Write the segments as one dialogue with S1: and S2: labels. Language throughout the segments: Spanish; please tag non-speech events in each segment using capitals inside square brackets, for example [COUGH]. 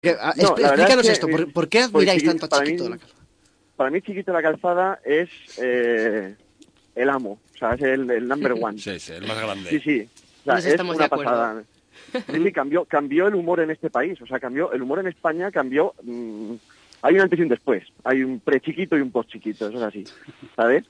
S1: Que, a, no, expl explícanos es que, eh, esto, ¿por, ¿por qué admiráis tanto a Chiquito
S2: mí,
S1: la Calzada?
S2: Para mí Chiquito la Calzada es eh, el amo, o sea, es el, el
S3: [LAUGHS]
S2: number one.
S3: Sí, sí, el más grande.
S2: Sí, sí, o sea,
S4: Nos
S2: es
S4: estamos de
S2: una
S4: acuerdo.
S2: pasada. Sí,
S4: [LAUGHS]
S2: sí, cambió, cambió el humor en este país, o sea, cambió, el humor en España cambió... mm, hay un antes y un después, hay un pre-chiquito y un post-chiquito, eso es así, ¿sabes?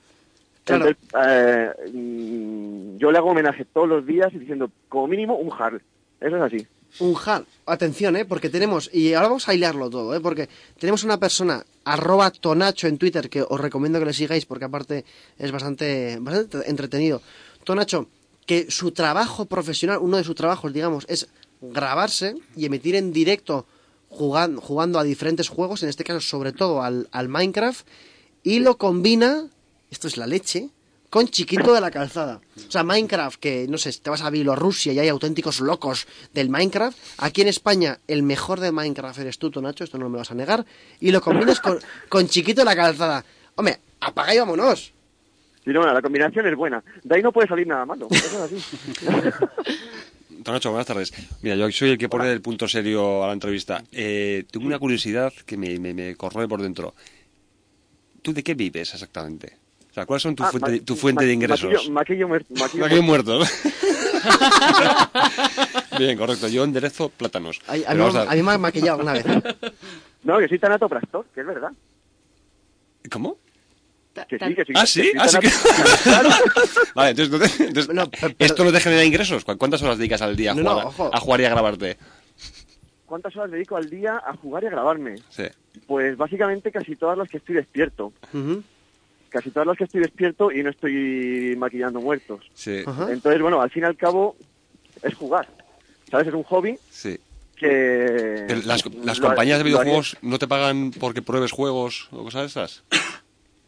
S1: Claro.
S2: Entonces, eh, mm, yo le hago homenaje todos los días diciendo, como mínimo, un Harl, eso es así.
S1: Un hal. Atención, ¿eh? Porque tenemos, y ahora vamos a hilarlo todo, ¿eh? Porque tenemos una persona, arroba Tonacho en Twitter, que os recomiendo que le sigáis porque aparte es bastante, bastante entretenido. Tonacho, que su trabajo profesional, uno de sus trabajos, digamos, es grabarse y emitir en directo jugan- jugando a diferentes juegos, en este caso sobre todo al, al Minecraft, y lo combina, esto es la leche, con Chiquito de la Calzada. O sea, Minecraft, que no sé, te vas a Bielorrusia y hay auténticos locos del Minecraft. Aquí en España, el mejor de Minecraft eres tú, Tonacho, esto no me lo vas a negar. Y lo combinas con, con Chiquito de la Calzada. Hombre, apaga y vámonos.
S2: Sí, no, la combinación es buena, de ahí no puede salir nada malo, eso es así.
S3: Tonacho, buenas tardes. Mira, yo soy el que pone el punto serio a la entrevista. Eh, tengo
S2: Mm.
S3: una curiosidad que me, me, me corroe por dentro. ¿Tú de qué vives exactamente? O sea, ¿cuáles son [LAUGHS] tu
S2: Ah,
S3: fuente, de-
S2: ma-
S3: tu fuente
S2: ma-
S3: de ingresos?
S2: Maquillo, maquillo, muer- maquillo-
S3: [LAUGHS] Aquí muertos. Bien, correcto. Yo enderezo plátanos.
S1: Ay, A,
S3: Pero
S1: mí,
S3: vamos
S1: me- a mí me han maquillado una vez.
S2: No, que soy tanatopractor, que es verdad.
S3: ¿Cómo?
S4: Ta-
S2: Que
S4: ta-
S2: sí, que sí.
S3: Ah, sí,
S2: soy
S3: ah, sí que- [LAUGHS]
S2: tanato- [LAUGHS] Claro.
S3: Vale, entonces, no te- entonces,
S1: No, pero-
S3: esto no te genera ingresos. ¿Cu- ¿Cuántas horas dedicas al día a
S1: No, no,
S3: jugar,
S1: ojo.
S3: a jugar y a grabarte?
S2: ¿Cuántas horas dedico al día a jugar y a grabarme?
S3: Sí.
S2: Pues básicamente casi todas las que estoy despierto.
S1: Ujú.
S2: Casi todas las que estoy despierto y no estoy maquillando muertos.
S3: Sí,
S1: Ajá.
S2: Entonces, bueno, al fin y al cabo es jugar. ¿Sabes? Es un hobby
S3: sí.
S2: que...
S3: Pero Las, las
S2: Eh, lo-
S3: compañías de
S2: lo haría-
S3: videojuegos no te pagan porque pruebes juegos o cosas de esas.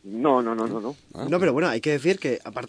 S2: No, no, no, no, no.
S3: Ah,
S1: No, pero bueno, hay que decir que aparte